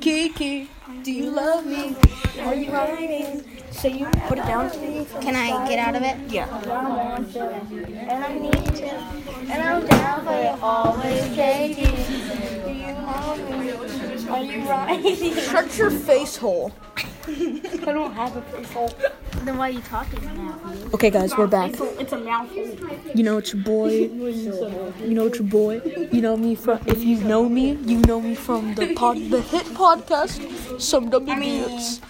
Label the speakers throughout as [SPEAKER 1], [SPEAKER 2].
[SPEAKER 1] Kiki, do you love me?
[SPEAKER 2] Are you writing? So you put it down.
[SPEAKER 3] Can I get out of it?
[SPEAKER 1] Yeah.
[SPEAKER 2] And I need to. And I'm down for it always, Katie. Do you love me? Are you writing?
[SPEAKER 1] Shut your face hole.
[SPEAKER 2] I don't have a pencil.
[SPEAKER 3] Then why are you talking now?
[SPEAKER 1] Okay, guys, we're back.
[SPEAKER 2] It's a mouthful.
[SPEAKER 1] You know it's your boy. You know it's your boy. You know me from. If you know me, you know me from the pod, the hit podcast, some W Nuts,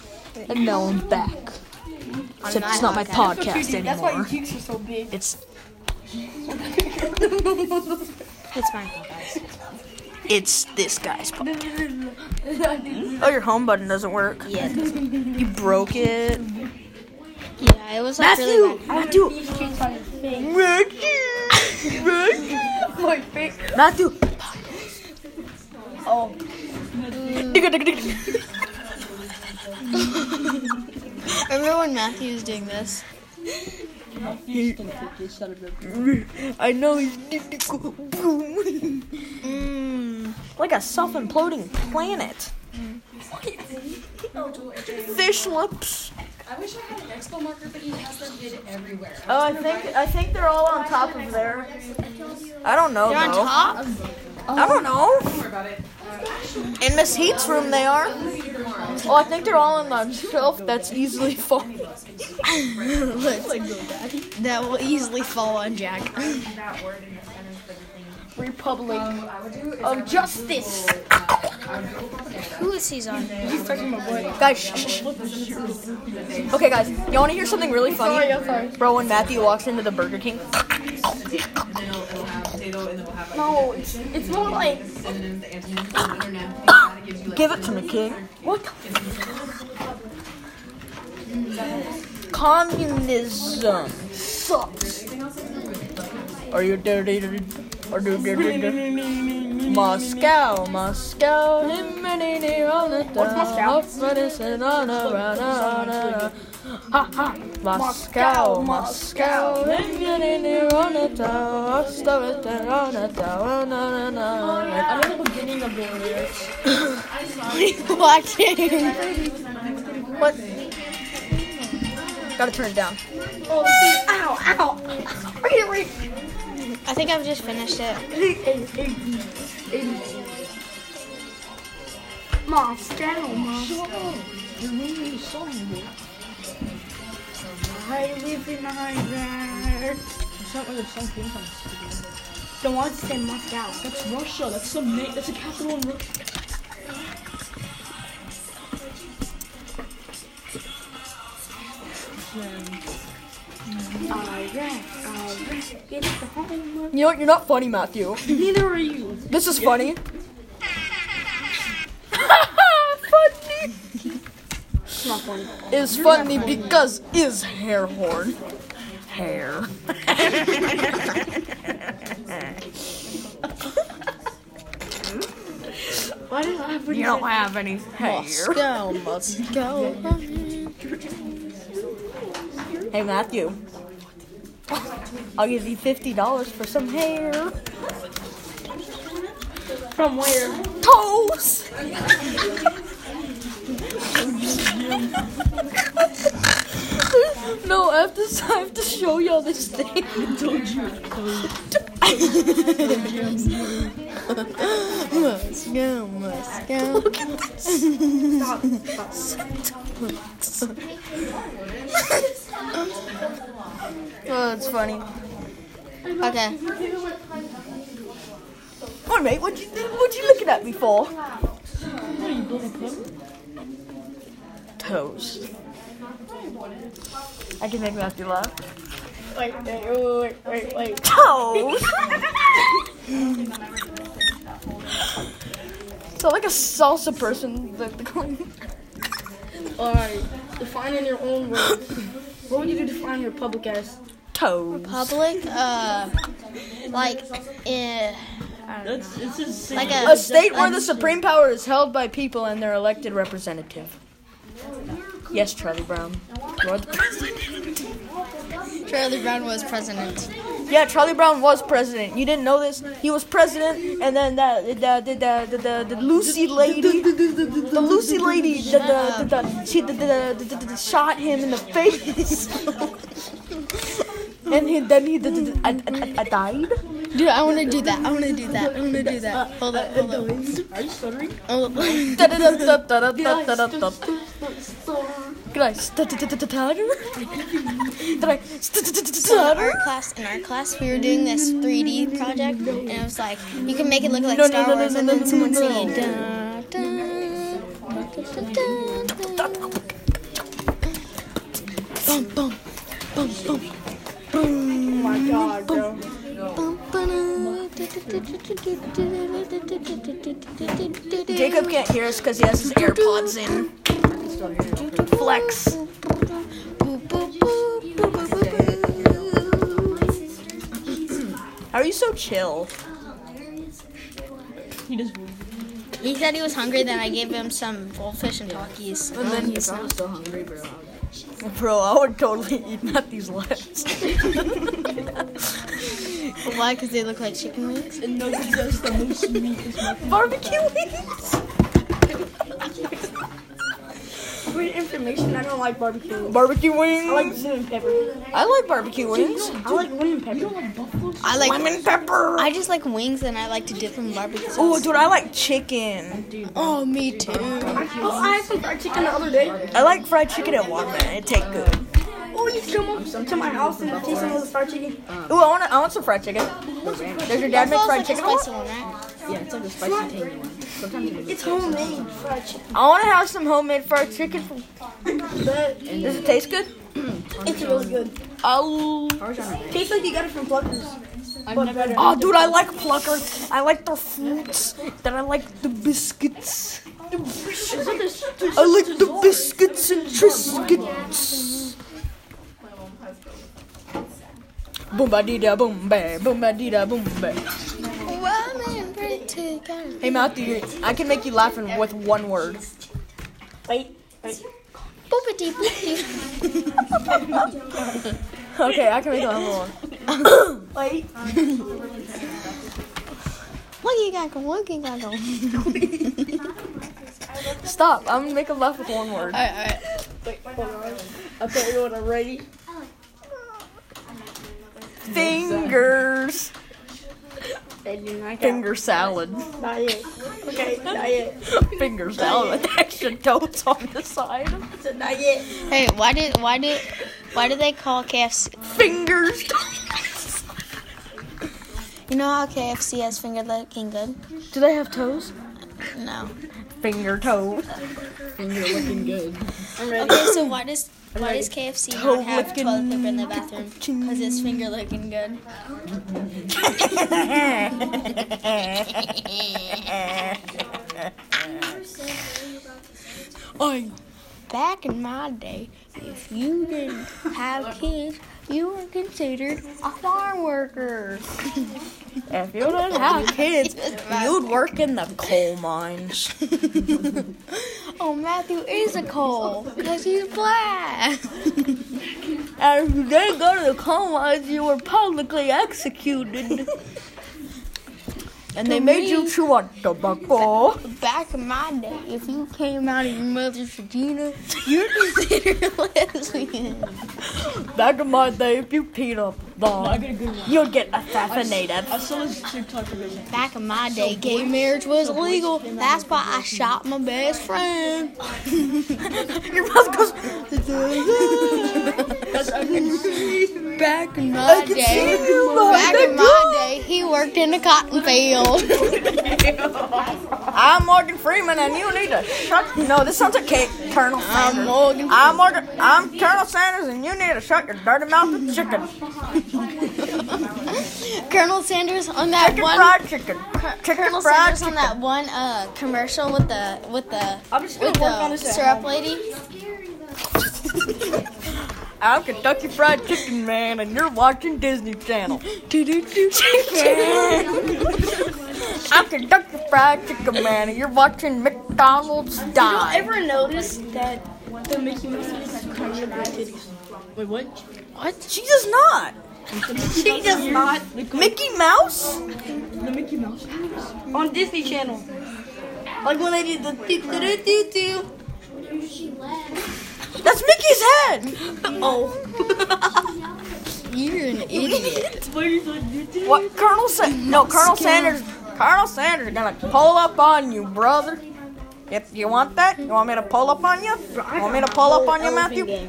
[SPEAKER 1] and now I'm back. Except it's not my podcast anymore.
[SPEAKER 2] cheeks are so big.
[SPEAKER 1] It's
[SPEAKER 3] It's fine.
[SPEAKER 1] it's this guy's podcast. Oh, your home button doesn't work.
[SPEAKER 3] Yeah.
[SPEAKER 1] You broke it.
[SPEAKER 3] Yeah, it was like really bad.
[SPEAKER 1] Matthew, Matthew, Matthew,
[SPEAKER 2] My face.
[SPEAKER 1] Matthew.
[SPEAKER 2] Oh.
[SPEAKER 1] Digga, digga, digga.
[SPEAKER 3] Remember when Matthew was doing this?
[SPEAKER 1] I know he's Mm. like a self-imploding planet. Fish lips.
[SPEAKER 4] I wish I had an expo marker, but he has that bid everywhere.
[SPEAKER 1] Oh, I think I think they're all on top of there. I don't know.
[SPEAKER 3] They're on
[SPEAKER 1] though.
[SPEAKER 3] top?
[SPEAKER 1] I don't know. In Miss Heat's room, they are. Oh, I think they're all on the shelf that's easily falling.
[SPEAKER 3] That will easily fall on Jack.
[SPEAKER 4] That word in the sentence that you think.
[SPEAKER 1] Republic
[SPEAKER 4] What I would do is I
[SPEAKER 1] of
[SPEAKER 4] would
[SPEAKER 1] Justice.
[SPEAKER 3] Who is he on?
[SPEAKER 1] Guys, shh, shh, shh. Okay, guys, you want to hear something really funny? Bro, when Matthew walks into the Burger King,
[SPEAKER 2] No, it's, it's more like.
[SPEAKER 1] give it to me, kid. What? Communism sucks. Are you dirty? Are you dirty? Moscow, Moscow. What's Moscow? Moscow, Moscow. Oh, I don't know the beginning of the lyrics.
[SPEAKER 3] Watching.
[SPEAKER 1] What? Gotta turn it down.
[SPEAKER 2] Oh, ow, ow. Wait, wait.
[SPEAKER 3] I think I've just finished it.
[SPEAKER 2] Moscow, Moscow. I live in my yard.
[SPEAKER 5] It's not where the song came from. stupid.
[SPEAKER 2] Don't want to say Moscow.
[SPEAKER 5] That's Russia. That's some. Na- that's a capital in Russia.
[SPEAKER 2] Alright, alright. Get the homework.
[SPEAKER 1] You know what? You're not funny, Matthew.
[SPEAKER 2] Neither are you.
[SPEAKER 1] This is funny. funny
[SPEAKER 2] It's not funny.
[SPEAKER 1] is funny because is hair horn. Hair.
[SPEAKER 2] Why did I put
[SPEAKER 1] You don't have any hair.
[SPEAKER 3] Go, must go.
[SPEAKER 1] Hey, Matthew. I'll give you fifty dollars for some hair.
[SPEAKER 2] from where?
[SPEAKER 1] Toes. no, I have to. I have to show y'all this thing.
[SPEAKER 3] Must go, must go.
[SPEAKER 1] Oh, it's funny.
[SPEAKER 3] Okay.
[SPEAKER 1] All right, what you what you looking at me for? Toes. I can make Matthew laugh.
[SPEAKER 2] Wait, wait, wait, wait, wait.
[SPEAKER 1] Toes. so like a salsa person. Like the
[SPEAKER 2] Alright, define in your own words. What would you do to define your public as?
[SPEAKER 1] toes.
[SPEAKER 3] Public, uh, like, eh,
[SPEAKER 5] That's it's insane.
[SPEAKER 3] like
[SPEAKER 1] A
[SPEAKER 3] a.
[SPEAKER 1] state where the supreme power is held by people and their elected representative. Yes, Charlie Brown. You are the president.
[SPEAKER 3] Charlie Brown was president.
[SPEAKER 1] Yeah, Charlie Brown was president. You didn't know this. He was president, and then that the the the the, the Lucy lady, the Lucy lady, the the, the, the she the, the, the, the, the, shot him in the face, and he, then he the, the, the, I, I, I died.
[SPEAKER 3] Dude, I want to do that. I want to do that. I want to do that. Hold up, hold up. Oh,
[SPEAKER 6] Are you stuttering?
[SPEAKER 3] Hold up.
[SPEAKER 1] Guys, stutter. Did I
[SPEAKER 3] So in
[SPEAKER 1] stutter?
[SPEAKER 3] art class, in art class, we were doing this 3D project, and it was like you can make it look like
[SPEAKER 1] No, no,
[SPEAKER 3] Star
[SPEAKER 1] no, no,
[SPEAKER 3] Wars,
[SPEAKER 1] no,
[SPEAKER 3] and
[SPEAKER 1] no,
[SPEAKER 3] then
[SPEAKER 1] no,
[SPEAKER 3] someone
[SPEAKER 1] no.
[SPEAKER 3] singing. "Dun, dun, dun, dun, dun, dun." Bum, bum, bum, bum, bum, bum, bum, ba-da, du-du-du-du-du-du-du-du-du-du-du-du-du-du-du-du.
[SPEAKER 1] Jacob can't hear us because he has his AirPods in. Flex.
[SPEAKER 3] Boo, boo, boo, boo, boo, boo, boo.
[SPEAKER 1] How are you so chill?
[SPEAKER 6] He just.
[SPEAKER 3] He said he was hungry, then I gave him some goldfish and talkies. Um, And then he's
[SPEAKER 2] I'm so hungry, bro.
[SPEAKER 1] Bro, I would totally eat not these lips.
[SPEAKER 3] why? Because they look like chicken wings?
[SPEAKER 6] And no, he does the most meat is my
[SPEAKER 1] Barbecue wings.
[SPEAKER 2] For your information, I don't like barbecue.
[SPEAKER 1] Barbecue
[SPEAKER 2] I like
[SPEAKER 1] wings.
[SPEAKER 2] lemon pepper.
[SPEAKER 1] I like barbecue wings.
[SPEAKER 2] I like lemon pepper.
[SPEAKER 3] I like.
[SPEAKER 1] Lemon pepper.
[SPEAKER 3] I just like wings, and I like to dip them in barbecue
[SPEAKER 1] Oh,
[SPEAKER 3] sauce.
[SPEAKER 1] dude, I like chicken.
[SPEAKER 3] Oh, me too.
[SPEAKER 2] Oh, I had some fried chicken the other day.
[SPEAKER 1] I like fried chicken at Walmart. It tastes good.
[SPEAKER 2] Oh, you come up to my house and taste some of the fried chicken.
[SPEAKER 1] Ooh, I want I want some fried chicken. Does your dad make
[SPEAKER 3] Smells
[SPEAKER 1] fried
[SPEAKER 3] like a
[SPEAKER 1] chicken? a lot?
[SPEAKER 3] spicy one, right?
[SPEAKER 2] Yeah, it's like a spicy tangy one. Sometimes it's
[SPEAKER 7] It's homemade fried chicken.
[SPEAKER 1] I want to have some homemade fried chicken. From-
[SPEAKER 2] but
[SPEAKER 1] Does it taste good?
[SPEAKER 2] it's really good.
[SPEAKER 1] Oh,
[SPEAKER 2] Tastes like you got it from Pluckers. But better.
[SPEAKER 1] oh, dude, I like pluckers. I like the fruits. Then I like the biscuits. I like the biscuits and triscuits. Boom ba dee da boom ba, boom ba dee da boom ba.
[SPEAKER 3] Woman, pretty girl.
[SPEAKER 1] Hey Matthew, I can make you laugh in- with one word.
[SPEAKER 2] Wait, wait.
[SPEAKER 3] Boopity boopity.
[SPEAKER 1] Okay, I can make you laugh with one.
[SPEAKER 2] Wait.
[SPEAKER 3] Looky goggle, looky goggle.
[SPEAKER 1] Stop! I'm gonna make him laugh with one word.
[SPEAKER 3] Alright, alright.
[SPEAKER 2] I'll tell you when I'm ready.
[SPEAKER 1] Fingers.
[SPEAKER 2] And you're not gonna-
[SPEAKER 1] Finger salad.
[SPEAKER 2] Not yet. Okay, not yet.
[SPEAKER 1] Finger salad with extra totes on the side.
[SPEAKER 2] So not yet.
[SPEAKER 3] Hey, why did why did why do they call KFC?
[SPEAKER 1] Fingers.
[SPEAKER 3] You know how KFC has finger looking good?
[SPEAKER 1] Do they have toes?
[SPEAKER 3] No.
[SPEAKER 1] Finger toes.
[SPEAKER 2] Finger looking good. I'm ready.
[SPEAKER 3] Okay, so why does why does KFC not have toilet paper in the bathroom? Because it's finger looking good. Back in my day, if you didn't have kids, you were considered a farm worker.
[SPEAKER 1] If you don't have kids, you'd work in the coal mines.
[SPEAKER 3] Oh, Matthew is a coal because he's black.
[SPEAKER 1] And if you didn't go to the coal mines, you were publicly executed. And they made you chew on tobacco.
[SPEAKER 3] Back in my day, if you came out of your mother's vagina, you're considered lesbian.
[SPEAKER 1] Back in my day, if you peed
[SPEAKER 6] I
[SPEAKER 1] up bomb,
[SPEAKER 6] got a good one.
[SPEAKER 1] you'd get assassinated.
[SPEAKER 6] I saw this TikTok video.
[SPEAKER 3] Back in my day, gay marriage was illegal. That's why I shot my best friend.
[SPEAKER 1] Your mouth goes.
[SPEAKER 3] Back in my day, back in my day, he worked in the cotton field.
[SPEAKER 1] I'm Morgan Freeman, and you need to shut. No, this sounds like Kate Colonel Sanders.
[SPEAKER 3] I'm Morgan
[SPEAKER 1] I'm Morgan. I'm Colonel Sanders, and you need to shut your dirty mouth with chicken.
[SPEAKER 3] Colonel Sanders on that
[SPEAKER 1] Chicken
[SPEAKER 3] one.
[SPEAKER 1] fried chicken. Chicken
[SPEAKER 3] Colonel
[SPEAKER 1] fried
[SPEAKER 3] Sanders on that one uh, commercial with the with the
[SPEAKER 2] I'm just gonna
[SPEAKER 3] with
[SPEAKER 2] work on
[SPEAKER 3] the
[SPEAKER 2] this
[SPEAKER 3] syrup
[SPEAKER 2] at
[SPEAKER 3] lady.
[SPEAKER 1] I'm Kentucky Fried Chicken Man, and you're watching Disney Channel. I'm Kentucky Fried Chicken Man, and you're watching McDonald's Die.
[SPEAKER 2] Ever noticed that the Mickey Mouse is covered in titties?
[SPEAKER 6] Wait, what?
[SPEAKER 1] She does not.
[SPEAKER 8] She does not.
[SPEAKER 1] Mickey Mouse?
[SPEAKER 5] The Mickey Mouse.
[SPEAKER 8] On Disney Channel. Like when they did the do do do do.
[SPEAKER 1] That's Mickey's head.
[SPEAKER 8] Oh.
[SPEAKER 1] You're an idiot.
[SPEAKER 8] What is on YouTube?
[SPEAKER 1] What Colonel Sa- No, Colonel Sanders. Colonel Sanders gonna pull up on you, brother. Yep, you want that? You want me to pull up on you? You want me to pull up on you, Matthew? What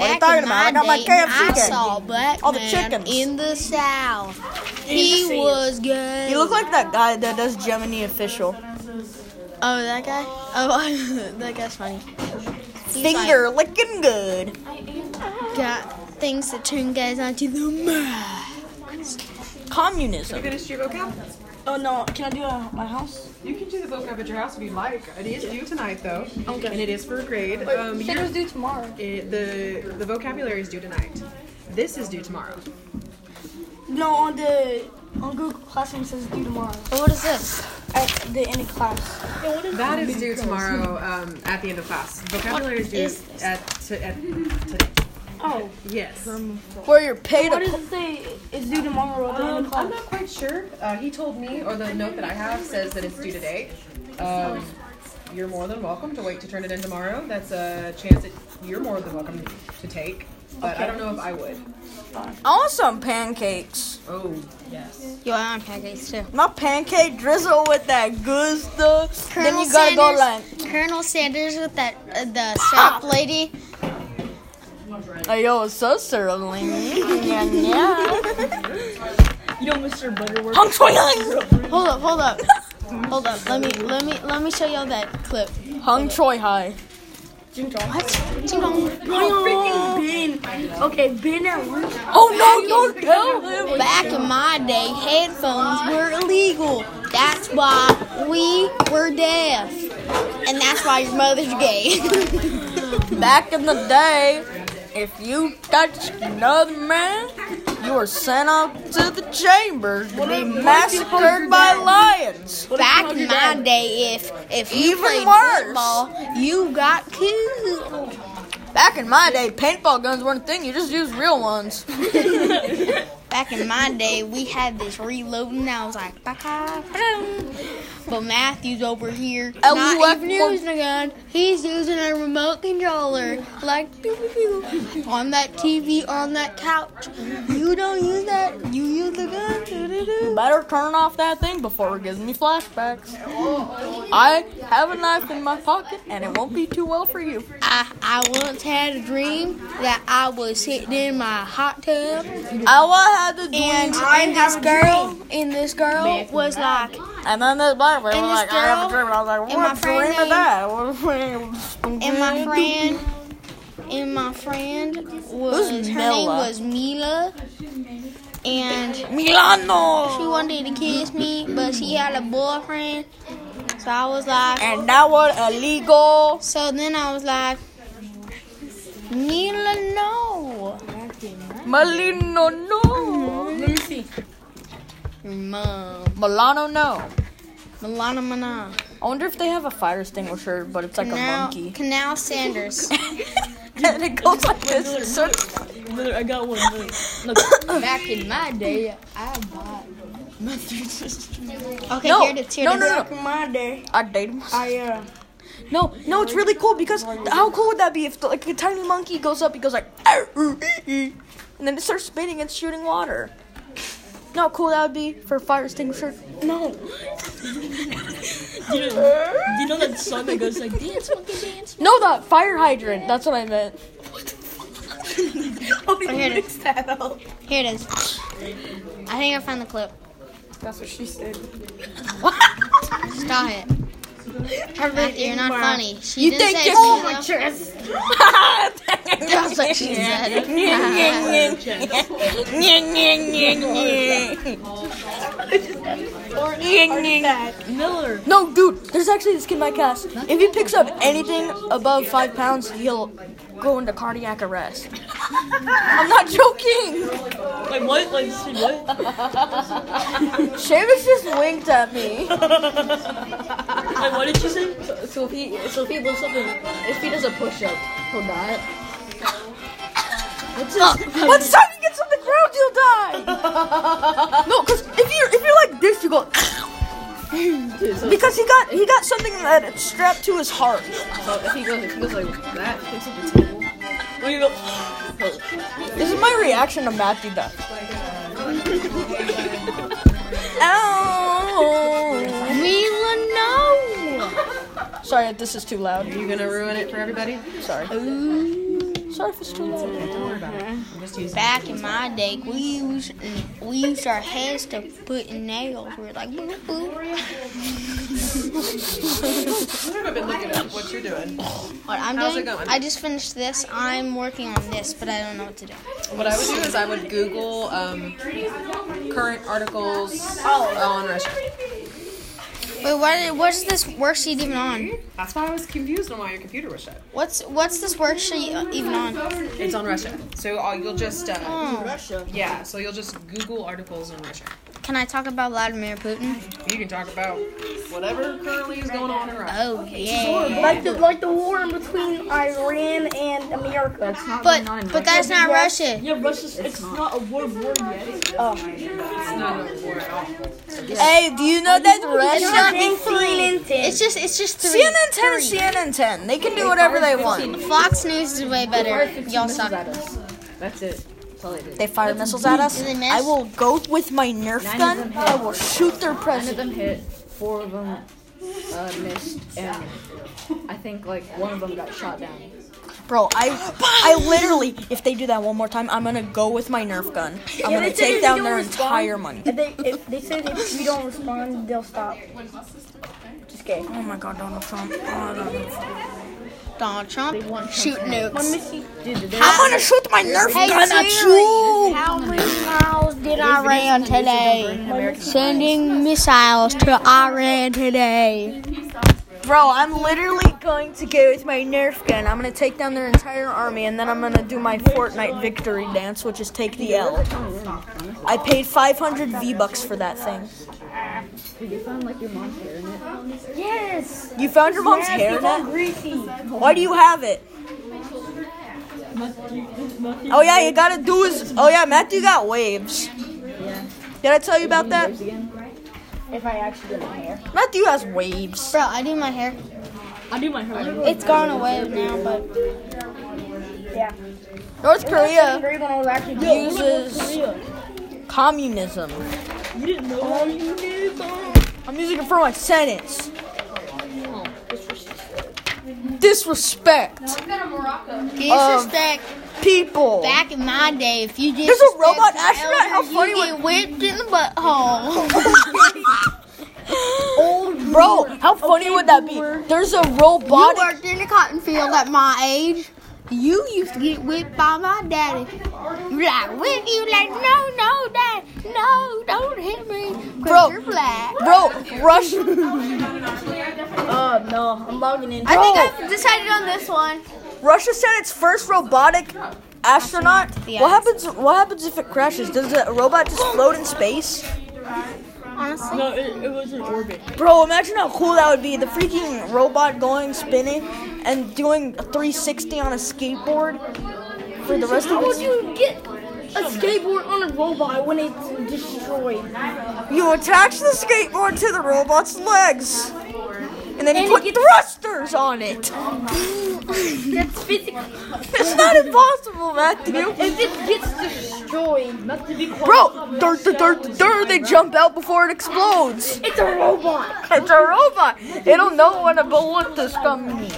[SPEAKER 1] are you talking about? I got my KFC
[SPEAKER 3] I
[SPEAKER 1] game.
[SPEAKER 3] saw a black
[SPEAKER 1] All the
[SPEAKER 3] man
[SPEAKER 1] chickens.
[SPEAKER 3] in the south. He was gay.
[SPEAKER 1] You look like that guy that does Gemini official.
[SPEAKER 3] oh, that guy. Oh, that guy's funny. He's
[SPEAKER 1] Finger licking good.
[SPEAKER 3] Like, got things that turn guys onto the mad.
[SPEAKER 1] Communism.
[SPEAKER 5] Finish your vocab?
[SPEAKER 8] Oh no, can I do it at my house?
[SPEAKER 9] You can do the vocab at your house if you like. It is due tonight, though. Okay. And it is for a grade. Um,
[SPEAKER 8] Said it
[SPEAKER 9] your-
[SPEAKER 8] was due tomorrow.
[SPEAKER 9] it- the the vocabulary is due tonight. This is due tomorrow.
[SPEAKER 8] No, on the on Google Classroom it says due tomorrow.
[SPEAKER 3] What is this?
[SPEAKER 8] At the end of class.
[SPEAKER 9] That is due tomorrow um, at the end of class. Vocabulary is due at, to, at today.
[SPEAKER 8] Oh.
[SPEAKER 9] Yes.
[SPEAKER 1] Where you're paid
[SPEAKER 8] What
[SPEAKER 1] to
[SPEAKER 8] does it say? It's due tomorrow at the end
[SPEAKER 9] Um,
[SPEAKER 8] of
[SPEAKER 9] I'm
[SPEAKER 8] class.
[SPEAKER 9] not quite sure. Uh, he told me, or the note that I have says that it's due today. Um, you're more than welcome to wait to turn it in tomorrow. That's a chance that you're more than welcome to take. But I don't know if I would.
[SPEAKER 1] I want some pancakes.
[SPEAKER 9] Oh,
[SPEAKER 3] Yo, I want pancakes too.
[SPEAKER 1] Not pancake drizzle with that good stuff. then you gotta go like,
[SPEAKER 3] Colonel Sanders with that uh, the shop lady.
[SPEAKER 1] hey, yo, it's so certainly. yeah, yeah.
[SPEAKER 5] You know Mr. Butterworth?
[SPEAKER 1] Hung Choi Hung.
[SPEAKER 3] Hold up, hold up, hold up. Let me let me let me show y'all that clip.
[SPEAKER 1] Hung Choi High.
[SPEAKER 3] Ding dong.
[SPEAKER 8] Oh, freaking Ben. Okay, Ben at work.
[SPEAKER 1] Oh no, don't tell him.
[SPEAKER 3] Back in my day, headphones were illegal. That's why we were deaf. And that's why your mother's gay.
[SPEAKER 1] Back in the day, if you touched another man, you were sent out to the chambers to be massacred by lions.
[SPEAKER 3] Back in my day, if if you
[SPEAKER 1] Even
[SPEAKER 3] played
[SPEAKER 1] worse.
[SPEAKER 3] football, you got killed.
[SPEAKER 1] Back in my day, paintball guns weren't a thing. You just used real ones.
[SPEAKER 3] Back in my day, we had this reloading. and I was like, "Baka, boom." but Matthew's over here
[SPEAKER 1] LUF
[SPEAKER 3] not even using a gun. He's using a remote controller, like pew, pew, pew, on that TV on that couch. You don't use that. You use the gun. doo-doo-doo.
[SPEAKER 1] Better turn off that thing before it gives me flashbacks. I have a knife in my pocket, and it won't be too well for you.
[SPEAKER 3] I I once had a dream that I was sitting in my hot tub
[SPEAKER 1] I had to do
[SPEAKER 3] and, and this girl and this girl was like,
[SPEAKER 1] And then this black man was
[SPEAKER 3] And this
[SPEAKER 1] like, I have a
[SPEAKER 3] girl
[SPEAKER 1] dream. I was like,
[SPEAKER 3] and
[SPEAKER 1] what
[SPEAKER 3] my friend
[SPEAKER 1] dream is
[SPEAKER 3] named-
[SPEAKER 1] that? What dream?
[SPEAKER 3] and my friend and my friend was her
[SPEAKER 1] Mm-hmm. Who's
[SPEAKER 3] name
[SPEAKER 1] Mila?
[SPEAKER 3] was Mila and she
[SPEAKER 1] Milano!
[SPEAKER 3] wanted to kiss me but she had a boyfriend so I was like
[SPEAKER 1] And that was illegal.
[SPEAKER 3] so then I was like Mila no
[SPEAKER 1] Milano, no.
[SPEAKER 5] Let me see.
[SPEAKER 3] your mom
[SPEAKER 1] Milano, no.
[SPEAKER 3] Milana Mana
[SPEAKER 1] I wonder if they have a fire extinguisher, but it's like a
[SPEAKER 3] Canal,
[SPEAKER 1] monkey.
[SPEAKER 3] Canal Sanders
[SPEAKER 1] and it goes like this. It starts-
[SPEAKER 5] Another- I got one. Look.
[SPEAKER 3] back in my day I bought okay
[SPEAKER 1] No,
[SPEAKER 3] here it's here
[SPEAKER 1] no,
[SPEAKER 3] it
[SPEAKER 1] no,
[SPEAKER 3] is.
[SPEAKER 1] no.
[SPEAKER 8] Back in my day,
[SPEAKER 1] I dated myself.
[SPEAKER 8] I uh,
[SPEAKER 1] No, no, it's really cool because how cool would that be if like a tiny monkey goes up, he goes like, "Arr, ooh, ee, ee," and then it starts spinning and shooting water. You know how cool that would be for a fire extinguisher? No.
[SPEAKER 5] Do you, do you know that song that goes like, dance, monkey, dance?
[SPEAKER 1] No, the fire hydrant. That's what I meant.
[SPEAKER 5] Oh,
[SPEAKER 3] Here it is. Here it is. I think I found the clip.
[SPEAKER 8] that's what she said.
[SPEAKER 3] Stop it. Perfect. You're not funny. She
[SPEAKER 1] You
[SPEAKER 3] didn't
[SPEAKER 1] think
[SPEAKER 3] say
[SPEAKER 1] you're- Oh,
[SPEAKER 3] Mila. That's what she said.
[SPEAKER 1] no,
[SPEAKER 5] Miller.
[SPEAKER 1] dude, there's actually this kid in my class. If he picks up anything above five pounds, he'll go into cardiac arrest. I'm not joking.
[SPEAKER 5] Like, what? Like, see, what?
[SPEAKER 1] Seamus just winked at me.
[SPEAKER 5] Like, what did she say?
[SPEAKER 10] So, so if he so if he lifts up and if he does a push up, he'll die.
[SPEAKER 1] What's time he gets on the ground, he'll die. no, because if you're if you're like this, you go. because he got he got something that it's strapped to his heart.
[SPEAKER 9] So if Oh, he goes, if he goes like that, hits at the table.
[SPEAKER 1] When you go, this is my reaction to Matthew that. Ow!
[SPEAKER 3] Mila, no.
[SPEAKER 1] Sorry, this is too loud.
[SPEAKER 9] Are you gonna ruin it for everybody? Sorry.
[SPEAKER 1] Sorry if it's too loud.
[SPEAKER 9] Don't worry about it. I'm just using. it.
[SPEAKER 3] Back in my day, we used we used our heads to put in nails. We were like, boop, boop.
[SPEAKER 9] I haven't been looking at what you're doing.
[SPEAKER 3] What I'm
[SPEAKER 9] How's it
[SPEAKER 3] doing?
[SPEAKER 9] going?
[SPEAKER 3] I just finished this. I'm working on this, but I don't know what to do.
[SPEAKER 9] What I would do is I would Google um, current articles on Russia.
[SPEAKER 3] Wait, what? What's this worksheet even on?
[SPEAKER 9] That's why I was confused on why your computer was shut.
[SPEAKER 3] What's what's this worksheet even on?
[SPEAKER 9] It's on Russia, so uh, you'll just uh,
[SPEAKER 3] Oh,
[SPEAKER 9] yeah, so you'll just Google articles on Russia.
[SPEAKER 3] can I talk about Vladimir Putin?
[SPEAKER 9] You can talk about whatever currently is going on in Russia.
[SPEAKER 3] Oh yeah.
[SPEAKER 2] Like the like the war in between Iran and America.
[SPEAKER 3] But but that's not Russia.
[SPEAKER 5] Yeah, Russia's. It's, not. a world war yet.
[SPEAKER 9] It's not a war at all.
[SPEAKER 1] Hey, do you know that
[SPEAKER 3] It's
[SPEAKER 1] Russia?
[SPEAKER 3] not
[SPEAKER 2] Thanks, Lenin.
[SPEAKER 3] It's just it's just three.
[SPEAKER 1] CNN 10 is CNN 10. They can do whatever they want.
[SPEAKER 3] Fox News is way better. Y'all suck.
[SPEAKER 9] That's it. That's all they did.
[SPEAKER 1] They fire missiles at us.
[SPEAKER 3] Do they miss?
[SPEAKER 1] I will go with my Nerf gun. I will shoot their president.
[SPEAKER 11] them hit, four of them uh, missed, and I think like one of them got shot down.
[SPEAKER 1] Bro, I I literally, if they do that one more time, I'm gonna go with my Nerf gun. I'm gonna take down their entire money.
[SPEAKER 2] If they, if they said if we don't respond, they'll stop. Just kidding.
[SPEAKER 1] Oh my god, Donald Trump. Oh, Donald Trump.
[SPEAKER 3] Donald Trump shoot
[SPEAKER 2] Let
[SPEAKER 3] nukes.
[SPEAKER 2] me see.
[SPEAKER 1] I'm gonna shoot my Nerf gun at you!
[SPEAKER 3] How many miles did Iran today? Sending missiles to Iran today.
[SPEAKER 1] Bro, I'm literally going to go with my Nerf gun. I'm gonna take down their entire army, and then I'm gonna do my Fortnite victory dance, which is take the L. I paid 500 V bucks for that thing.
[SPEAKER 11] Did you find like your mom's hair in it?
[SPEAKER 2] Yes.
[SPEAKER 1] You found your mom's
[SPEAKER 2] yes,
[SPEAKER 1] hair
[SPEAKER 2] it's
[SPEAKER 1] in
[SPEAKER 2] all
[SPEAKER 1] it?
[SPEAKER 2] greasy.
[SPEAKER 1] Why do you have it? Oh yeah, you gotta do is. Oh yeah, Matthew got waves. Did I tell you about that?
[SPEAKER 2] If I actually did my hair.
[SPEAKER 1] Matthew has waves.
[SPEAKER 3] Bro, I do my hair.
[SPEAKER 5] I do my hair.
[SPEAKER 3] It's gone away now, but
[SPEAKER 2] Yeah.
[SPEAKER 1] North Korea
[SPEAKER 2] Very when I was actually doing
[SPEAKER 1] uses communism.
[SPEAKER 5] You didn't know.
[SPEAKER 1] I'm using it for my sentence. Disrespect
[SPEAKER 3] disrespect.
[SPEAKER 1] people.
[SPEAKER 3] Back in my day, if you did
[SPEAKER 1] There's a robot astronaut, how funny
[SPEAKER 3] you
[SPEAKER 1] would-
[SPEAKER 3] get whipped in the butthole.
[SPEAKER 1] Bro, how funny would that be? There's a
[SPEAKER 3] you
[SPEAKER 1] robotic.
[SPEAKER 3] worked in the cotton field at my age. You used to get whipped by my daddy. You like whip you like no no dad no don't hit me 'cause
[SPEAKER 1] Bro.
[SPEAKER 3] you're black.
[SPEAKER 1] Bro, Russia. Uh,
[SPEAKER 2] Oh no, I'm logging in.
[SPEAKER 3] I think I've decided on this one.
[SPEAKER 1] Russia sent its first robotic astronaut.
[SPEAKER 3] the
[SPEAKER 1] What happens? What happens if it crashes? Does the robot just float in space?
[SPEAKER 3] Honestly,
[SPEAKER 5] No, it, it was in orbit.
[SPEAKER 1] Bro, imagine how cool that would be. The freaking robot going spinning and doing a 360 on a skateboard for the rest of
[SPEAKER 2] How would
[SPEAKER 1] its
[SPEAKER 2] you get a skateboard on a robot when it's destroyed?
[SPEAKER 1] You attach the skateboard to the robot's legs. And then you put thrusters on it.
[SPEAKER 2] That's physical.
[SPEAKER 1] It's not impossible, Matthew.
[SPEAKER 2] If it gets destroyed,
[SPEAKER 1] Bro, dirt, dirt, dirt, dirt, they jump out before it explodes.
[SPEAKER 2] it's a robot.
[SPEAKER 1] It's a robot. It'll know when a balloon is coming.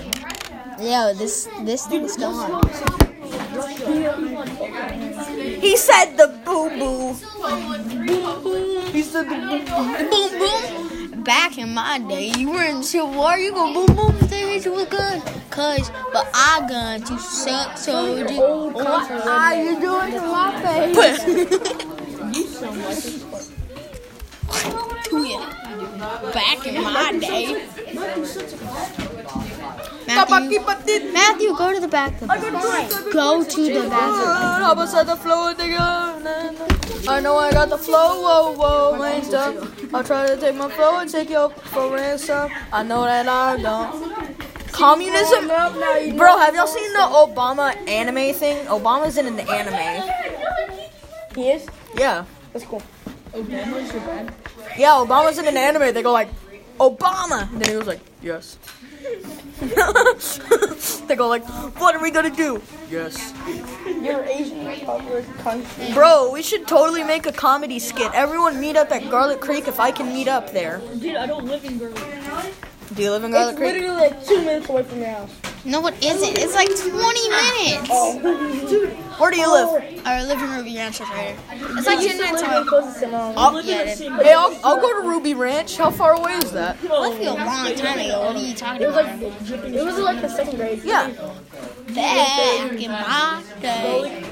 [SPEAKER 3] yo, this this thing's gone.
[SPEAKER 1] He said the boo boo. He said the boo boo.
[SPEAKER 3] Boom boom. Back in my day, you were in Civil War. You go boom boom. If They hit you with guns, cause but our guns you suck soldier. What are you doing to my face? Tweet. Back in my day. Matthew, Matthew, go to the back. of the bus. Go to the back.
[SPEAKER 1] I was at the flow with the girl. na, na. I know I got the flow, whoa, whoa, ransom. I'll try to take my flow and take your for ransom. I know that I don't. Communism, bro. Have y'all seen the Obama anime thing? Obama's in an anime.
[SPEAKER 2] Yes.
[SPEAKER 1] Yeah. That's cool. Obama's your Yeah, Obama's in an anime. They go like, Obama! And then he was like, yes. they go like, what are we gonna do? Yes.
[SPEAKER 2] Your Asian Republic country.
[SPEAKER 1] Bro, we should totally make a comedy skit. Everyone meet up at Garlic Creek if I can meet up there.
[SPEAKER 5] Dude, I don't live in Berlin.
[SPEAKER 1] Do you live in Garlic
[SPEAKER 2] It's
[SPEAKER 1] Creek?
[SPEAKER 2] literally like two minutes away from your house.
[SPEAKER 3] No, it isn't. It's like 20 minutes.
[SPEAKER 1] Where do you live?
[SPEAKER 3] Or live in Ruby Ranch over here. It's like Oh, 10 minutes away.
[SPEAKER 2] Closest to mom.
[SPEAKER 1] I'll,
[SPEAKER 5] Live in the same
[SPEAKER 1] hey, I'll, I'll go to Ruby Ranch. How far away is that?
[SPEAKER 3] Must be a long time ago. What are you talking
[SPEAKER 2] It was
[SPEAKER 3] about?
[SPEAKER 2] like it was like the second grade.
[SPEAKER 1] Yeah.
[SPEAKER 3] Back in my day.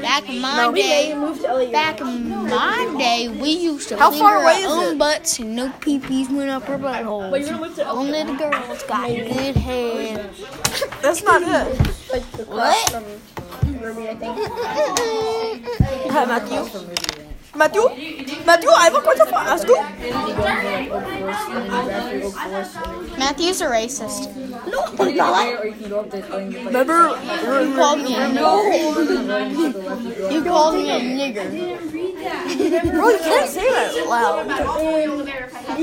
[SPEAKER 3] Back in my
[SPEAKER 2] They
[SPEAKER 3] day.
[SPEAKER 2] moved to LA.
[SPEAKER 3] Back in my day, we used to
[SPEAKER 1] How
[SPEAKER 3] clean
[SPEAKER 1] far
[SPEAKER 3] our
[SPEAKER 1] away is
[SPEAKER 3] own
[SPEAKER 1] it?
[SPEAKER 3] butts and no peepees went up our
[SPEAKER 5] But
[SPEAKER 3] buttholes.
[SPEAKER 5] you're gonna live to
[SPEAKER 3] Only the girls got good hair.
[SPEAKER 1] That's not it.
[SPEAKER 2] Like the
[SPEAKER 3] What?
[SPEAKER 2] class from Ruby, I think.
[SPEAKER 1] Hi, Matthew. Matthew? Matthew, I have a question for ask you.
[SPEAKER 3] Matthew's a racist.
[SPEAKER 1] Remember,
[SPEAKER 3] You called me a nigger. You called me a nigger.
[SPEAKER 1] bro, you can't say that loud.
[SPEAKER 2] You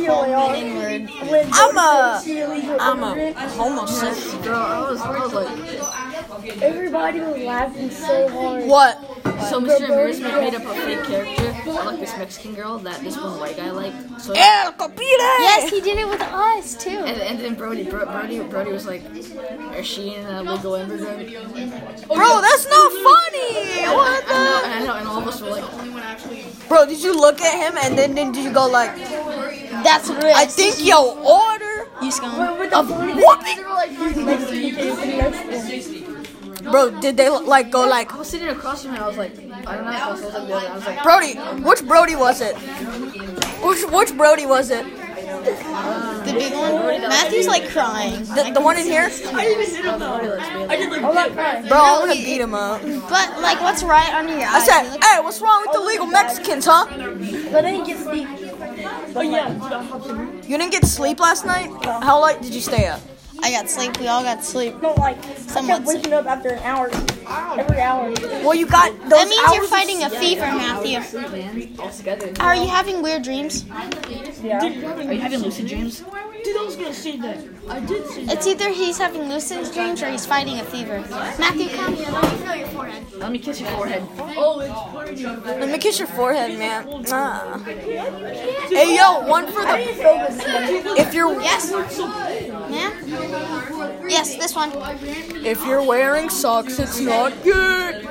[SPEAKER 2] know, they all- when
[SPEAKER 1] I'm a,
[SPEAKER 2] they leave her
[SPEAKER 1] I'm
[SPEAKER 2] under
[SPEAKER 1] a
[SPEAKER 2] it,
[SPEAKER 1] homosexual.
[SPEAKER 2] Everybody was laughing so hard.
[SPEAKER 1] What?
[SPEAKER 11] So Mr. Embarrassment made up a fake character. I like this Mexican girl that this one white guy liked. So
[SPEAKER 1] El Capire!
[SPEAKER 3] Yes, he did it with us too.
[SPEAKER 11] and, and then Brody, Bro, Brody, Brody was like, "Is she in a legal immigrant?"
[SPEAKER 1] Bro, that's not funny! What
[SPEAKER 11] I know,
[SPEAKER 1] the?
[SPEAKER 11] and I know, and all of us were like,
[SPEAKER 1] Bro, did you look at him and then, then did you go like,
[SPEAKER 3] That's racist.
[SPEAKER 1] I think your order
[SPEAKER 3] you scum.
[SPEAKER 1] of whooping? Bro, did they like go like,
[SPEAKER 11] I was sitting across from him, and I was like, I don't know, I was like, the other- I was like,
[SPEAKER 1] Brody, which Brody was it? Which, which Brody was it?
[SPEAKER 3] The big one. Matthew's like crying.
[SPEAKER 1] The, the one in here? Bro, I'm gonna beat him up.
[SPEAKER 3] But like, what's right under your
[SPEAKER 1] I
[SPEAKER 3] eyes?
[SPEAKER 1] said,
[SPEAKER 3] You look-
[SPEAKER 1] hey, what's wrong with the legal Mexicans, huh?
[SPEAKER 2] But then it gets deep. But yeah,
[SPEAKER 1] You didn't get sleep last night? How late did you stay up?
[SPEAKER 3] I got sleep. We all got sleep.
[SPEAKER 2] no, like I
[SPEAKER 3] Someone
[SPEAKER 2] kept
[SPEAKER 3] said-
[SPEAKER 2] waking up after an hour, every hour.
[SPEAKER 1] Well, you got those
[SPEAKER 3] That means you're
[SPEAKER 1] hours-
[SPEAKER 3] fighting a fever, Matthew. Are you having weird dreams?
[SPEAKER 5] Are you having lucid dreams? Dude, I was gonna say that. I did say
[SPEAKER 3] It's either he's having lucid dreams or he's fighting a fever. Matthew, come here. Let me feel your forehead.
[SPEAKER 11] let me kiss your forehead.
[SPEAKER 1] Let me kiss your forehead, man. Ah. Hey, yo, one for the. If you're
[SPEAKER 3] Yes. Ma'am? Yes, this one.
[SPEAKER 1] if you're wearing socks, it's not good.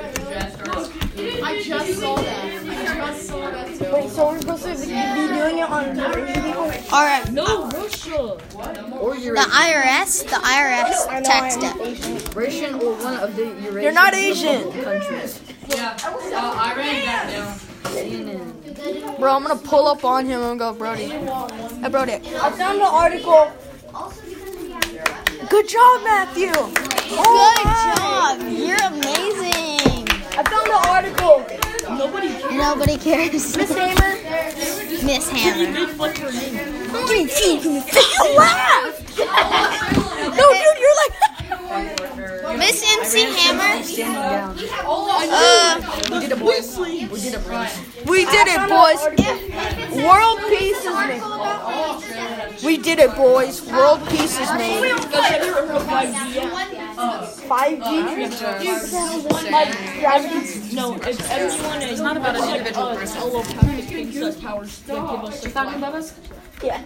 [SPEAKER 2] Wait, so we're supposed to be be doing it on Asian people?
[SPEAKER 3] All right.
[SPEAKER 5] No, Russia.
[SPEAKER 3] The IRS, the
[SPEAKER 2] I
[SPEAKER 3] IRS
[SPEAKER 2] know I
[SPEAKER 3] tax
[SPEAKER 2] am
[SPEAKER 3] debt.
[SPEAKER 2] Asian.
[SPEAKER 11] Russian or one of the Eurasian
[SPEAKER 1] You're not Asian,
[SPEAKER 11] countries.
[SPEAKER 1] bro. I'm gonna pull up on him and go, Brody. Hey, Brody.
[SPEAKER 2] I found an article.
[SPEAKER 1] Good job, Matthew. Oh,
[SPEAKER 3] Good job. You're amazing.
[SPEAKER 2] I found an article.
[SPEAKER 3] Nobody cares. Miss Hammer. Miss Hammer.
[SPEAKER 5] Big fuck your name.
[SPEAKER 1] You laugh. no, dude, you're like.
[SPEAKER 3] Miss MC Hammer. Uh,
[SPEAKER 1] We did it, boys. World peace is made. We did it, boys. World peace is made.
[SPEAKER 2] 5G. Like gravity.
[SPEAKER 5] No, if everyone is not about an individual like, person. Allopathic thinks us powers that give us the power.
[SPEAKER 2] Yeah.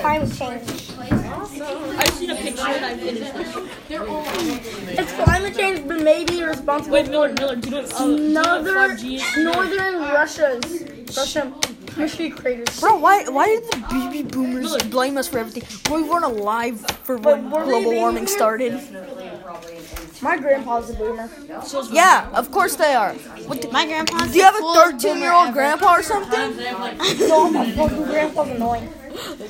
[SPEAKER 2] Climate change.
[SPEAKER 5] I seen a picture and I finished it.
[SPEAKER 2] It's climate change, but maybe responsible
[SPEAKER 5] Wait, Miller, Miller, do you know uh, do you know what
[SPEAKER 2] Northern,
[SPEAKER 5] 5G is?
[SPEAKER 2] northern Russia's Russian mystery craters.
[SPEAKER 1] Bro, why why did the baby boomers blame us for everything? We weren't alive for when
[SPEAKER 2] But were we
[SPEAKER 1] global
[SPEAKER 2] baby
[SPEAKER 1] warming
[SPEAKER 2] boomers?
[SPEAKER 1] started.
[SPEAKER 2] My grandpa's a boomer.
[SPEAKER 1] Yeah, of course they are. What the-
[SPEAKER 3] my grandpa's
[SPEAKER 1] do you have
[SPEAKER 3] the
[SPEAKER 1] a
[SPEAKER 3] coolest
[SPEAKER 1] 13 year
[SPEAKER 3] boomer
[SPEAKER 1] old
[SPEAKER 3] ever.
[SPEAKER 1] grandpa or something?
[SPEAKER 2] No, my fucking grandpa's annoying.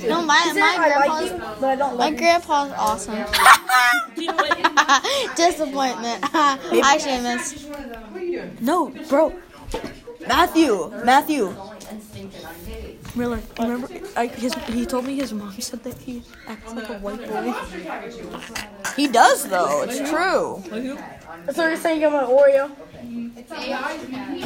[SPEAKER 3] No, my, my
[SPEAKER 2] I like
[SPEAKER 3] grandpa's
[SPEAKER 2] him, but I don't
[SPEAKER 3] My
[SPEAKER 2] like him.
[SPEAKER 3] grandpa's awesome. Disappointment. I should miss.
[SPEAKER 1] No, bro. Matthew, Matthew. Miller, remember? I, his, he told me his mom said that he acts like a white boy. He does though. It's true.
[SPEAKER 2] So you're saying I'm an Oreo?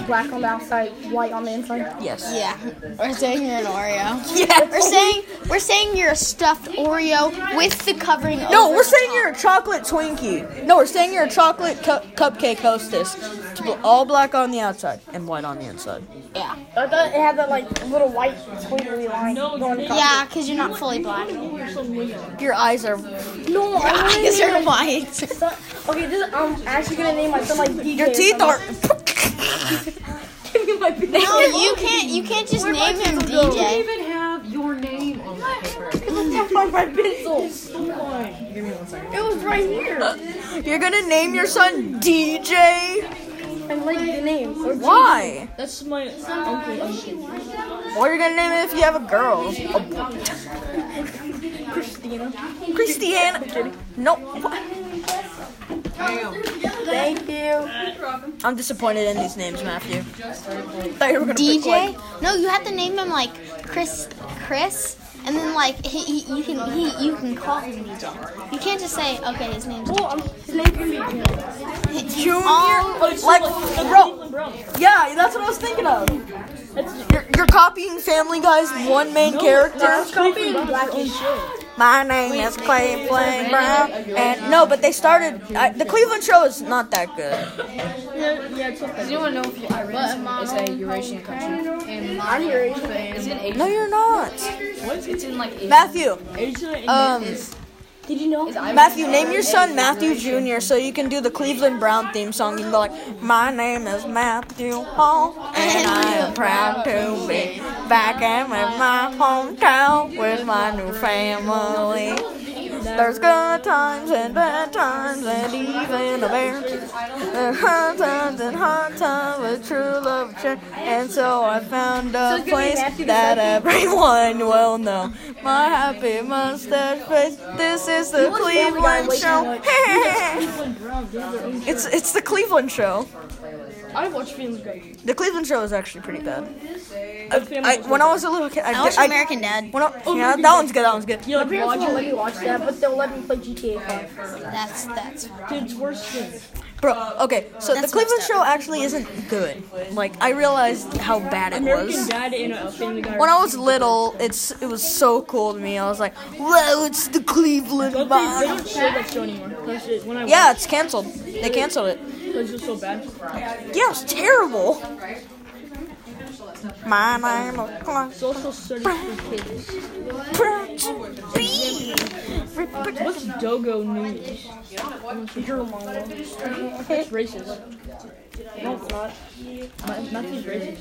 [SPEAKER 2] Black on the outside, white on the inside.
[SPEAKER 10] Yes.
[SPEAKER 3] Yeah, we're saying you're an Oreo. Yeah, we're saying we're saying you're a stuffed Oreo with the covering.
[SPEAKER 1] No,
[SPEAKER 3] over
[SPEAKER 1] we're
[SPEAKER 3] the
[SPEAKER 1] saying
[SPEAKER 3] top.
[SPEAKER 1] you're a chocolate Twinkie. No, we're saying you're a chocolate cu- cupcake hostess. It's bl- all black on the outside and white on the inside.
[SPEAKER 3] yeah,
[SPEAKER 2] I thought it had that like little white squiggly line. going across.
[SPEAKER 3] yeah, because you're not fully black.
[SPEAKER 1] Your eyes are.
[SPEAKER 2] No, I wanna
[SPEAKER 3] Eyes
[SPEAKER 2] name
[SPEAKER 3] are
[SPEAKER 2] my
[SPEAKER 3] white.
[SPEAKER 2] son- Okay, this is, I'm actually gonna name my son like DJ.
[SPEAKER 1] Your teeth are.
[SPEAKER 3] No, you can't. You can't just name him DJ.
[SPEAKER 9] even have your name on the paper. Give me one second.
[SPEAKER 2] It was right here.
[SPEAKER 1] You're gonna name your son DJ?
[SPEAKER 2] I like the name. Or
[SPEAKER 1] Why?
[SPEAKER 5] That's my uncle.
[SPEAKER 1] Or you're gonna name it if you have a girl? A boy. Christina. Christiana. No. what?
[SPEAKER 2] Thank you.
[SPEAKER 1] I'm disappointed in these names, Matthew. Thought you were gonna pick, like,
[SPEAKER 3] DJ. No, you have to name him like Chris. Chris. And then like he, he, you can he, you can call him DJ. You can't just say okay his name's
[SPEAKER 1] Junior,
[SPEAKER 3] All-
[SPEAKER 1] like, bro, yeah, that's what I was thinking of. You're, you're copying Family Guy's one main character. My name is Cleveland Brown, and no, but they started. I, the Cleveland show is not that good.
[SPEAKER 11] Does anyone know if Iran is a Eurasian country? And
[SPEAKER 2] I'm Eurasian.
[SPEAKER 11] It's in Asia.
[SPEAKER 1] No, you're not,
[SPEAKER 11] It's in like Asia.
[SPEAKER 1] Matthew.
[SPEAKER 5] Asia
[SPEAKER 1] Um,
[SPEAKER 2] Did you know?
[SPEAKER 11] Is Iran-
[SPEAKER 1] Matthew, name your son Matthew Jr. so you can do the Cleveland Brown theme song. You can go like, My name is Matthew Hall, and I am proud to be back in my hometown with my new family. There's good times and bad times, and even a bear. There's hard times and hard times with true love. Change. And so I found a place that everyone will know. My happy mustache face. This is the Cleveland show. it's it's the Cleveland show.
[SPEAKER 5] I watch Family Guy.
[SPEAKER 1] The Cleveland show is actually pretty bad. Uh,
[SPEAKER 5] Good Family
[SPEAKER 1] I,
[SPEAKER 5] was Oh,
[SPEAKER 1] when I was a little kid, I,
[SPEAKER 3] I watch
[SPEAKER 1] I-
[SPEAKER 3] American Dad.
[SPEAKER 1] when I- yeah, that one's good. That one's good.
[SPEAKER 5] Yeah,
[SPEAKER 2] My parents
[SPEAKER 5] watch
[SPEAKER 2] won't let me watch that, but they'll let me play GTA 5.
[SPEAKER 3] That's that's
[SPEAKER 5] kids worse than
[SPEAKER 1] Bro, okay, so
[SPEAKER 3] That's
[SPEAKER 1] the Cleveland
[SPEAKER 3] messed up.
[SPEAKER 1] show actually isn't good. Like I realized how bad it
[SPEAKER 5] American
[SPEAKER 1] was.
[SPEAKER 5] Dad and uh, Family Guy.
[SPEAKER 1] When I was little, it's it was so cool to me. I was like, "Whoa, it's the Cleveland
[SPEAKER 5] but they, they
[SPEAKER 1] Brown."
[SPEAKER 5] don't show that show anymore. That's it. When I
[SPEAKER 1] Yeah, it's canceled. They canceled it.
[SPEAKER 5] watched it, it was just so bad.
[SPEAKER 1] Yeah, it's terrible. My name is Cleveland
[SPEAKER 5] Social studies for kids.
[SPEAKER 1] Brown to be.
[SPEAKER 5] What's Dogo News? That's racist. No, it's not. Ma- Matthew's racist.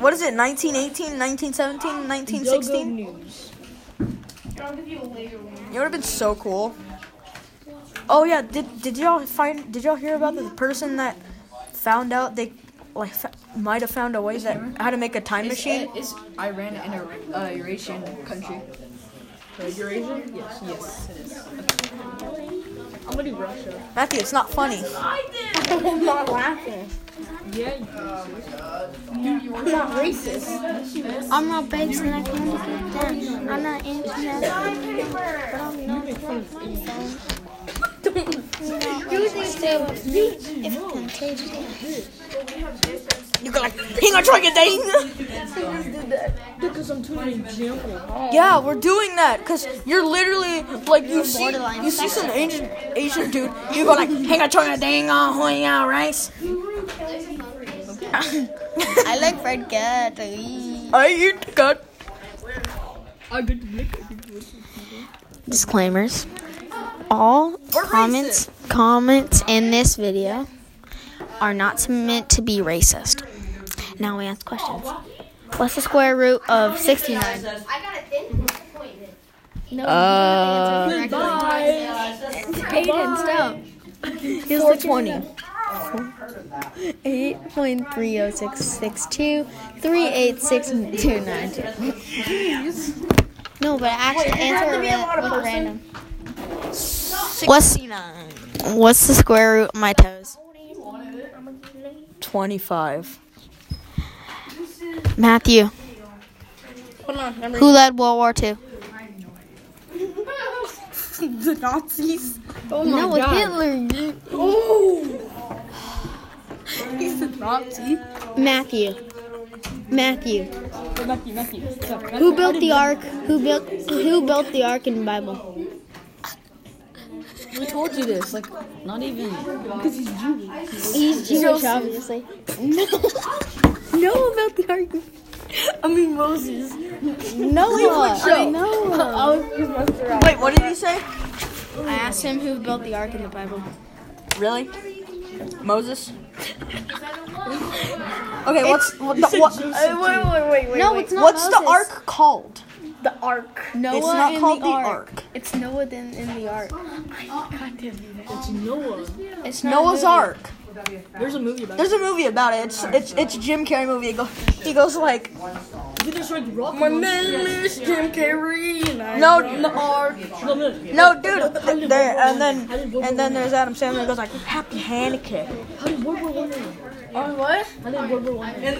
[SPEAKER 1] What is it? 1918, 1917,
[SPEAKER 5] Dogo
[SPEAKER 1] 1916?
[SPEAKER 5] News.
[SPEAKER 1] It would have been so cool. Oh yeah, did did y'all find? Did y'all hear about the person that found out they like fa- might have found a way that how to make a time
[SPEAKER 11] Is,
[SPEAKER 1] machine?
[SPEAKER 11] is Iran in a uh, Eurasian country? Eurasian? Yes. Yes, it is.
[SPEAKER 5] I'm gonna do Russia.
[SPEAKER 1] Matthew, it's not funny.
[SPEAKER 2] I'm not laughing.
[SPEAKER 5] Yeah, you-
[SPEAKER 2] I'm not racist.
[SPEAKER 3] I'm not baked and I can't get down. I'm not interested.
[SPEAKER 5] you make fun of idiots.
[SPEAKER 3] If contagious.
[SPEAKER 1] You go like, hang on, try ding.
[SPEAKER 5] Because I'm doing an example.
[SPEAKER 1] Yeah, we're doing that cause you're literally like you see
[SPEAKER 3] borderline
[SPEAKER 1] you see some Asian Asian dude. You go like, hang on, try ding on hoi ya rice.
[SPEAKER 3] I like fried cat.
[SPEAKER 1] I eat gut.
[SPEAKER 5] I get to make it.
[SPEAKER 3] Disclaimers. All comments comments in this video are not meant to be racist. Now we ask questions. What's the square root of 69? No, uh, Aiden, stop.
[SPEAKER 1] 420.
[SPEAKER 3] 8.30662 38629. No, but actually answer ra- with random. What's, what's the square root of my toes?
[SPEAKER 1] 25.
[SPEAKER 3] Matthew. Who led World War II?
[SPEAKER 8] the Nazis.
[SPEAKER 3] Oh my no, Hitler. dude.
[SPEAKER 8] Oh. He's a Nazi.
[SPEAKER 3] Matthew. Matthew. Who built the ark? Who built who built the ark in the Bible?
[SPEAKER 5] We told you this. Like, not even.
[SPEAKER 3] He's Jewish, obviously. No. no about the ark.
[SPEAKER 8] I mean Moses.
[SPEAKER 3] Noah.
[SPEAKER 8] I know. I was confused around.
[SPEAKER 1] Wait, what did you say?
[SPEAKER 3] I asked him who built the ark in the Bible.
[SPEAKER 1] Really? Moses? Okay, what's what, the, what,
[SPEAKER 8] Uh, wait, wait, wait, wait.
[SPEAKER 3] No, it's not
[SPEAKER 1] what's the
[SPEAKER 3] Moses.
[SPEAKER 1] ark called?
[SPEAKER 8] The Ark.
[SPEAKER 3] Noah
[SPEAKER 1] it's not
[SPEAKER 3] in
[SPEAKER 1] called
[SPEAKER 3] the, ark.
[SPEAKER 1] ark.
[SPEAKER 3] It's Noah then in the ark. It's not
[SPEAKER 1] Noah's
[SPEAKER 3] a movie.
[SPEAKER 1] ark.
[SPEAKER 5] There's a movie about it.
[SPEAKER 1] There's a movie about it. It's it's it's a Jim Carrey movie. He goes, he goes like,
[SPEAKER 5] Dude, there's like rock.
[SPEAKER 8] My name is Jim Carrey, and I
[SPEAKER 1] no,
[SPEAKER 8] built
[SPEAKER 1] no,
[SPEAKER 8] the Ark.
[SPEAKER 5] No, no, no.
[SPEAKER 1] no, dude. th- there- and then and then there's Adam Sandler. He goes like, Happy Hanukkah.
[SPEAKER 5] How did World War One end?
[SPEAKER 8] On what?
[SPEAKER 5] How did World War One end?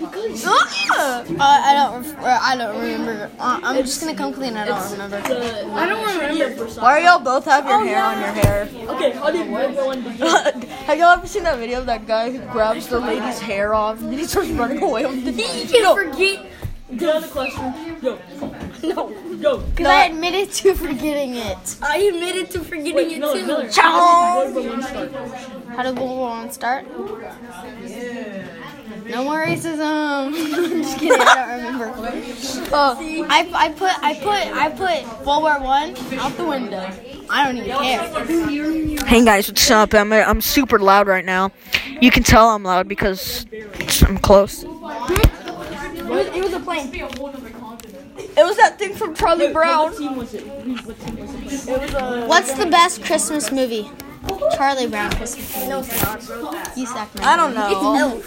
[SPEAKER 3] Uh, I don't. ref- uh, I don't remember. Uh, I'm just gonna come clean. I don't remember.
[SPEAKER 5] The, I don't remember.
[SPEAKER 1] Why do y'all both have
[SPEAKER 8] Oh,
[SPEAKER 1] your hair on your hair?
[SPEAKER 5] Okay, how did World War One begin?
[SPEAKER 1] have y'all ever seen that video of that guy who grabs the lady's hair off and then he starts running away with the
[SPEAKER 5] Get out of the classroom. Yo. No. Yo.
[SPEAKER 3] Cause I admitted to forgetting it.
[SPEAKER 8] I admitted to forgetting
[SPEAKER 5] Wait,
[SPEAKER 8] it
[SPEAKER 5] Miller,
[SPEAKER 8] too.
[SPEAKER 5] Miller. How did World War One start?
[SPEAKER 3] How did World War One start? No more racism. I'm just kidding. I don't remember. Oh, I, I put I put I put World War One out the window. I don't even care.
[SPEAKER 1] Hey guys, what's up? I'm I'm super loud right now. You can tell I'm loud because I'm close. It was, a plane. It was that thing from Charlie Brown.
[SPEAKER 5] What team was it? Who's- What team was it?
[SPEAKER 3] What's the best Christmas movie? Charlie Brown Christmas movie. No, it's not. You suck, man.
[SPEAKER 1] I don't know.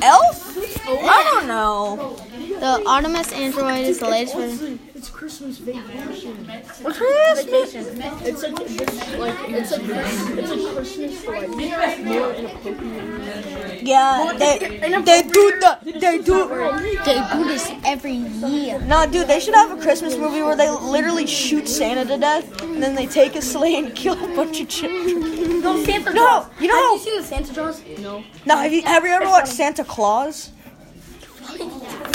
[SPEAKER 1] Elf. I don't know.
[SPEAKER 3] The Artemis Android is the latest version.
[SPEAKER 5] It's Christmas vacation.
[SPEAKER 1] What's this?
[SPEAKER 5] It's like it's like it's like it's like Christmas for like more inappropriate.
[SPEAKER 1] Yeah, they, they do the they do.
[SPEAKER 3] They do this every year.
[SPEAKER 1] Nah, dude, they should have a Christmas movie where they literally shoot Santa to death and then they take a sleigh and kill a bunch of children.
[SPEAKER 8] No, Santa
[SPEAKER 1] No,
[SPEAKER 8] Claus.
[SPEAKER 1] you know
[SPEAKER 8] Have
[SPEAKER 1] how
[SPEAKER 8] you seen the Santa Claus?
[SPEAKER 1] Now, have you have you ever watched Santa Claus?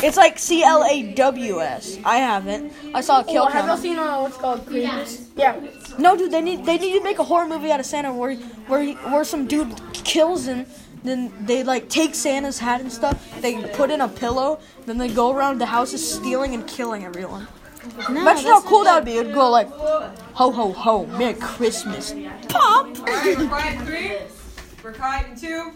[SPEAKER 1] It's like C L A W S. I haven't. I saw a
[SPEAKER 2] Oh,
[SPEAKER 1] kill
[SPEAKER 8] Well, have y'all
[SPEAKER 1] count.
[SPEAKER 8] seen uh, what's called Grease? Yeah.
[SPEAKER 1] No, dude, they need they need to make a horror movie out of Santa where where he- where some dude kills and then they like take Santa's hat and stuff. They put in a pillow. Then they go around the houses stealing and killing everyone. Imagine how cool that would be. It'd go like, ho ho ho, Merry Christmas, pop.
[SPEAKER 9] Alright, we're quiet in three. We're quiet in two.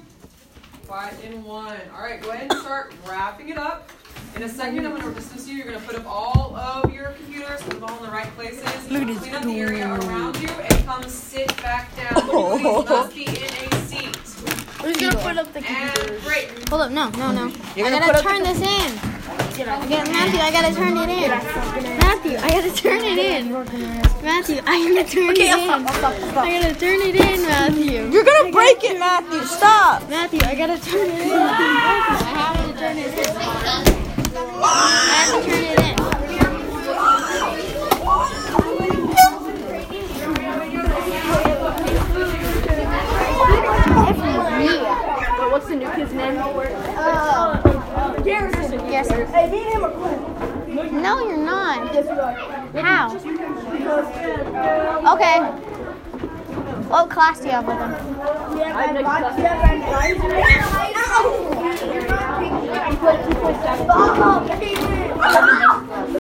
[SPEAKER 9] Quiet in one. Alright, go ahead and start wrapping it up. In a second, I'm gonna dismiss you. You're gonna put up all of your computers, put them all in the right places. Clean up the area around you and come sit back down. You Please must be in a seat.
[SPEAKER 8] Who's gonna put up the
[SPEAKER 9] And break.
[SPEAKER 3] Hold up, no, no, no.
[SPEAKER 1] You're
[SPEAKER 3] I
[SPEAKER 1] gonna
[SPEAKER 3] gotta
[SPEAKER 1] put up
[SPEAKER 3] turn this in. I got Matthew, I gotta turn it in. Matthew, I gotta turn it in. Matthew, I gotta turn it in. I gotta turn it in, Matthew.
[SPEAKER 1] You're gonna break it, Matthew. Stop.
[SPEAKER 3] Matthew, I gotta turn it in. I have to turn it in. I have to turn it in.
[SPEAKER 8] What's the new kid's name?
[SPEAKER 3] Uh, No, you're not. How? Okay. What class do you have with him?